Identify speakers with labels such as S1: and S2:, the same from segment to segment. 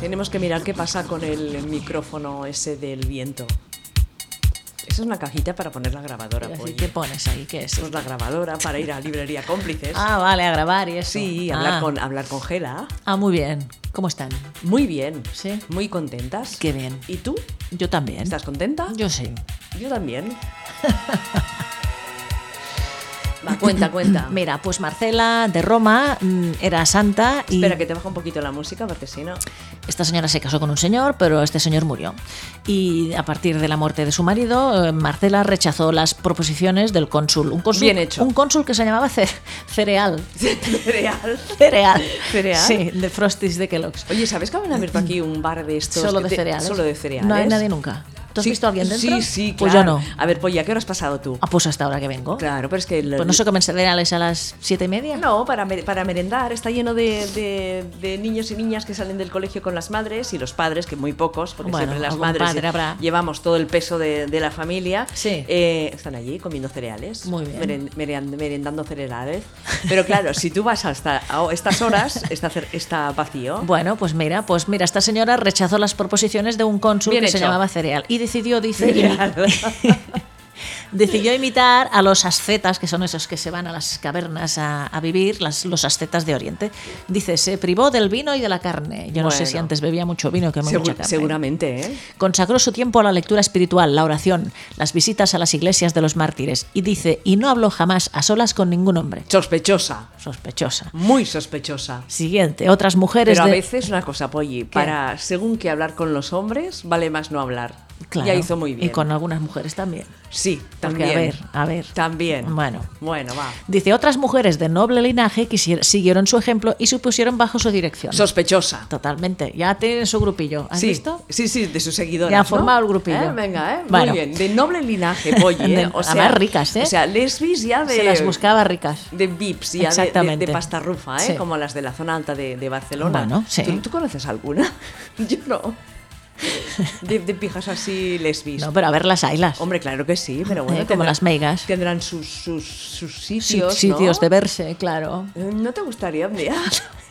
S1: Tenemos que mirar qué pasa con el micrófono ese del viento. Esa es una cajita para poner la grabadora.
S2: Iba a
S1: Polly.
S2: decir, ¿Qué pones ahí? ¿Qué es?
S1: Pues la grabadora para ir a librería cómplices.
S2: Ah, vale, a grabar y eso.
S1: sí,
S2: Ah.
S1: hablar con hablar con Gela.
S2: Ah, muy bien. ¿Cómo están?
S1: Muy bien.
S2: Sí.
S1: Muy contentas.
S2: Qué bien.
S1: ¿Y tú?
S2: Yo también.
S1: ¿Estás contenta?
S2: Yo sí.
S1: Yo también. Va, cuenta, cuenta.
S2: Mira, pues Marcela de Roma mm, era santa y
S1: Espera que te baja un poquito la música porque si no.
S2: esta señora se casó con un señor, pero este señor murió. Y a partir de la muerte de su marido, eh, Marcela rechazó las proposiciones del cónsul. Un cónsul
S1: Bien hecho.
S2: Un cónsul que se llamaba Ce- Cereal.
S1: Real.
S2: Cereal.
S1: ¿Cereal?
S2: Sí, de Frosties de Kellogg's.
S1: Oye, ¿sabes que van a abierto aquí un bar de estos?
S2: Solo
S1: que
S2: de
S1: te-
S2: cereales.
S1: Solo de cereales.
S2: No hay nadie nunca. ¿Tú has
S1: Sí,
S2: visto a alguien dentro?
S1: Sí, sí, claro.
S2: Pues yo no.
S1: A ver, Polly, ¿a qué hora has pasado tú?
S2: Ah, pues hasta ahora que vengo.
S1: Claro, pero es que... el-
S2: Pues no sé, comen cereales a las siete y media.
S1: No, para, mer- para merendar está lleno de, de- de niños y niñas que salen del colegio con las madres y los padres, que muy pocos, porque
S2: Bueno,
S1: siempre las
S2: algún
S1: madres
S2: padre habrá.
S1: llevamos todo el peso de, de la familia.
S2: Sí.
S1: Eh, están allí comiendo cereales,
S2: Muy bien.
S1: meren- meren- merendando cereales. Pero claro, si tú vas hasta a estas horas, está, cer- está vacío.
S2: Bueno, pues mira, pues mira, esta señora rechazó las proposiciones de un cónsul
S1: Bien
S2: que se
S1: hecho.
S2: llamaba Cereal y decidió, dice,
S1: Cereal.
S2: decidió imitar a los ascetas, que son esos que se van a las cavernas a, a vivir, las- los ascetas de Oriente. Dice, se privó del vino y de la carne. Yo no sé
S1: Bueno.
S2: si antes bebía mucho vino que
S1: Segu-
S2: mucha carne.
S1: seguramente, ¿eh?
S2: Consagró su tiempo a la lectura espiritual, la oración, las visitas a las iglesias de los mártires y dice, y no habló jamás a solas con ningún hombre.
S1: Sospechosa,
S2: Sospechosa.
S1: muy sospechosa.
S2: Siguiente, otras mujeres
S1: Pero a
S2: de-
S1: veces una cosa, Polly, para según que hablar con los hombres, vale más no hablar.
S2: Claro,
S1: Ya hizo muy bien.
S2: Y con algunas mujeres también.
S1: Sí,
S2: Porque,
S1: también.
S2: a ver, a ver.
S1: También.
S2: Bueno.
S1: Bueno, va.
S2: Dice, otras mujeres de noble linaje quisier- siguieron su ejemplo y se pusieron bajo su dirección.
S1: Sospechosa.
S2: Totalmente. Ya tienen su grupillo. ¿Has
S1: sí,
S2: visto?
S1: Sí, sí, de sus seguidores.
S2: Ya ha
S1: ¿no?
S2: formado el grupillo.
S1: Eh, Venga, ¿eh?
S2: Bueno.
S1: Muy bien. De noble linaje, Polly. ¿eh?
S2: De-
S1: o sea,
S2: además ricas, ¿eh?
S1: O sea, lesbis ya de.
S2: Se las buscaba ricas.
S1: De VIPs, ya de- de, de,
S2: Exactamente.
S1: pasta rufa, ¿eh?
S2: Sí.
S1: como las de la zona alta de, de Barcelona.
S2: Bueno, sí.
S1: ¿Tú, tú conoces alguna? Yo no. De, de pijas así lesbis.
S2: No, pero a ver las ailas.
S1: Hombre, claro que sí, pero bueno.
S2: Eh, como las meigas.
S1: Tendrán sus, sus, sus
S2: Sí,
S1: sitios.
S2: sitios
S1: ¿no? Eh,
S2: de verse, claro.
S1: ¿No te gustaría un día?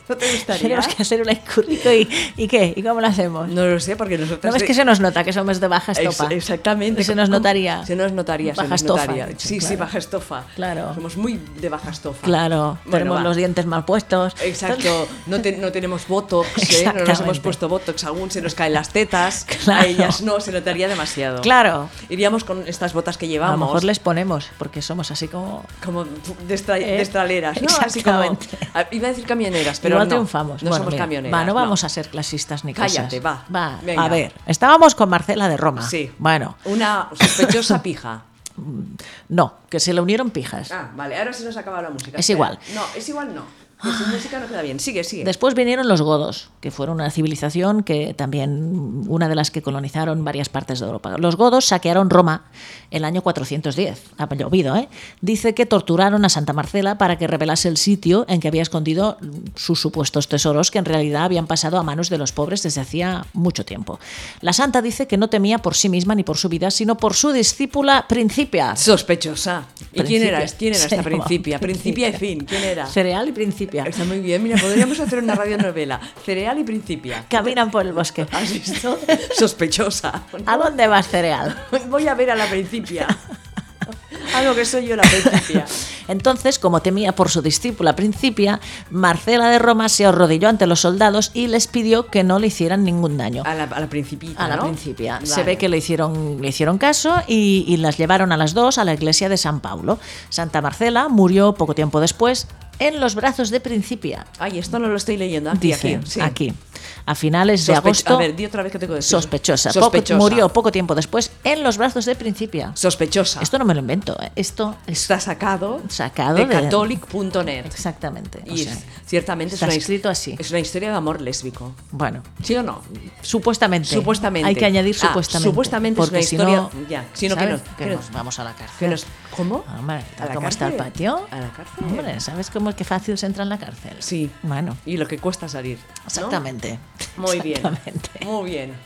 S1: ¿No te gustaría?
S2: Tenemos que hacer un currículo y, y qué, y cómo lo hacemos.
S1: No lo sé, porque
S2: ¿No
S1: nosotros.
S2: ves que se nos nota que somos de baja
S1: Ex-
S2: estopa?
S1: Exactamente.
S2: Se nos
S1: ¿Cómo?
S2: notaría.
S1: Se nos notaría. se
S2: Baja
S1: nos
S2: estofa,
S1: notaría.
S2: de hecho,
S1: Sí, sí,
S2: claro.
S1: baja estofa.
S2: Claro.
S1: Somos muy de baja estofa.
S2: Claro,
S1: Bueno,
S2: tenemos
S1: va.
S2: los dientes mal puestos.
S1: Exacto, no, te- no tenemos botox, ¿eh? no nos hemos
S2: Exactamente.
S1: puesto botox aún, se nos caen las tetas, a
S2: Claro.
S1: ellas no, se notaría demasiado.
S2: Claro.
S1: Iríamos con estas botas que
S2: A
S1: llevamos,
S2: lo mejor les ponemos, porque somos así como
S1: como de, estra-
S2: Eh,
S1: de estraleras, ¿no? Así como-
S2: exactamente.
S1: Ah, iba a decir camioneras, pero no,
S2: Igual triunfamos.
S1: no
S2: Bueno,
S1: somos
S2: mira,
S1: camioneras.
S2: Va, no vamos a ser clasistas ni cosas.
S1: Cállate, va.
S2: Va,
S1: Venga.
S2: a ver, estábamos con Marcela de Roma.
S1: Sí.
S2: Bueno,
S1: Una sospechosa pija.
S2: no, que se le unieron pijas.
S1: Ah, vale, ahora se nos ha acabado la música.
S2: Es
S1: Espera.
S2: igual.
S1: No, es igual no. Que Sin música no queda bien. Sigue, sigue.
S2: Después vinieron los godos, que fueron una civilización que también una de las que colonizaron varias partes de Europa. Los godos saquearon Roma el año 410, ha llovido, ¿eh? Dice que torturaron a Santa Marcela para que revelase el sitio en que había escondido sus supuestos tesoros, que en realidad habían pasado a manos de los pobres desde hacía mucho tiempo. La santa dice que no temía por sí misma ni por su vida, sino por su discípula Principia.
S1: Sospechosa. ¿Y quién era?
S2: Principia.
S1: ¿Quién era
S2: Se
S1: esta
S2: llamaba
S1: principia? Principia y
S2: Principia.
S1: fin. ¿Quién era?
S2: Cereal y Principia.
S1: Está muy bien, mira, podríamos hacer una radionovela. Cereal y principia.
S2: Caminan por el bosque.
S1: ¿Has visto? Sospechosa.
S2: ¿A dónde vas, Cereal?
S1: Voy a ver a la principia. A lo que soy yo la principia.
S2: Entonces, como temía por su discípula Principia, Marcela de Roma se arrodilló ante los soldados y les pidió que no le hicieran ningún daño.
S1: A la, a la principita,
S2: A la
S1: ¿no?
S2: Principia. Se
S1: Ah, Vale.
S2: ve que le hicieron, le hicieron caso y, y las llevaron a las dos a la iglesia de San Paulo. Santa Marcela murió poco tiempo después en los brazos de Principia.
S1: Ay, esto no lo estoy leyendo. Aquí,
S2: Dice,
S1: aquí. sí.
S2: aquí. A finales de
S1: Sospe-
S2: agosto,
S1: A ver, di otra vez que tengo que decir.
S2: sospechosa. Poco-
S1: Sospechosa.
S2: murió poco tiempo después en los brazos de Principia.
S1: Sospechosa.
S2: Esto no me lo invento. ¿eh? Esto es
S1: está sacado,
S2: Sacado
S1: de,
S2: de-
S1: catholic.net.
S2: exactamente. o
S1: Y
S2: sea,
S1: es- ciertamente
S2: está
S1: es una, his-
S2: escrito así.
S1: Es una historia de amor lésbico.
S2: bueno.
S1: ¿Sí o no?
S2: Supuestamente.
S1: Supuestamente.
S2: Hay que añadir
S1: Ah,
S2: supuestamente.
S1: supuestamente es
S2: porque
S1: una
S2: si
S1: historia-
S2: no-
S1: ya, si no, que
S2: ¿sabes?
S1: nos-
S2: Que
S1: que
S2: nos
S1: nos-
S2: vamos a la cárcel.
S1: Que nos- ¿Cómo?
S2: Ah, Hombre,
S1: ¿A la
S2: ¿cómo está el
S1: cárcel?
S2: patio?
S1: A la cárcel.
S2: Hombre, ¿sabes cómo es que fácil se entra en la cárcel?
S1: Sí.
S2: Bueno,
S1: Y lo que cuesta salir. ¿no?
S2: exactamente.
S1: Muy bien.
S2: Exactamente.
S1: Muy bien.